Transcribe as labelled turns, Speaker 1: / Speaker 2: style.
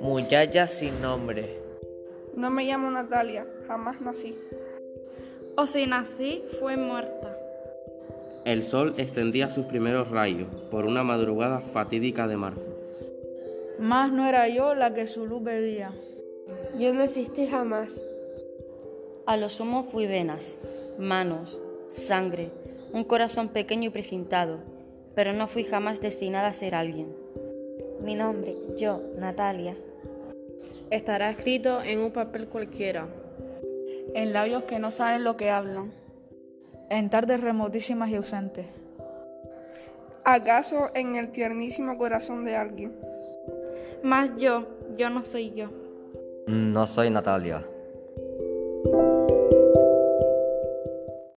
Speaker 1: Muyaya sin nombre.
Speaker 2: No me llamo Natalia, jamás nací.
Speaker 3: O si nací, fue muerta.
Speaker 4: El sol extendía sus primeros rayos por una madrugada fatídica de marzo.
Speaker 5: Más no era yo la que su luz bebía.
Speaker 6: Yo no existí jamás.
Speaker 7: A lo sumo fui venas, manos, sangre, un corazón pequeño y precintado, pero no fui jamás destinada a ser alguien.
Speaker 8: Mi nombre, yo, Natalia.
Speaker 9: Estará escrito en un papel cualquiera.
Speaker 10: En labios que no saben lo que hablan.
Speaker 5: En tardes remotísimas y ausentes.
Speaker 2: ¿Acaso en el tiernísimo corazón de alguien?
Speaker 3: Más yo, yo no soy yo.
Speaker 11: No soy Natalia.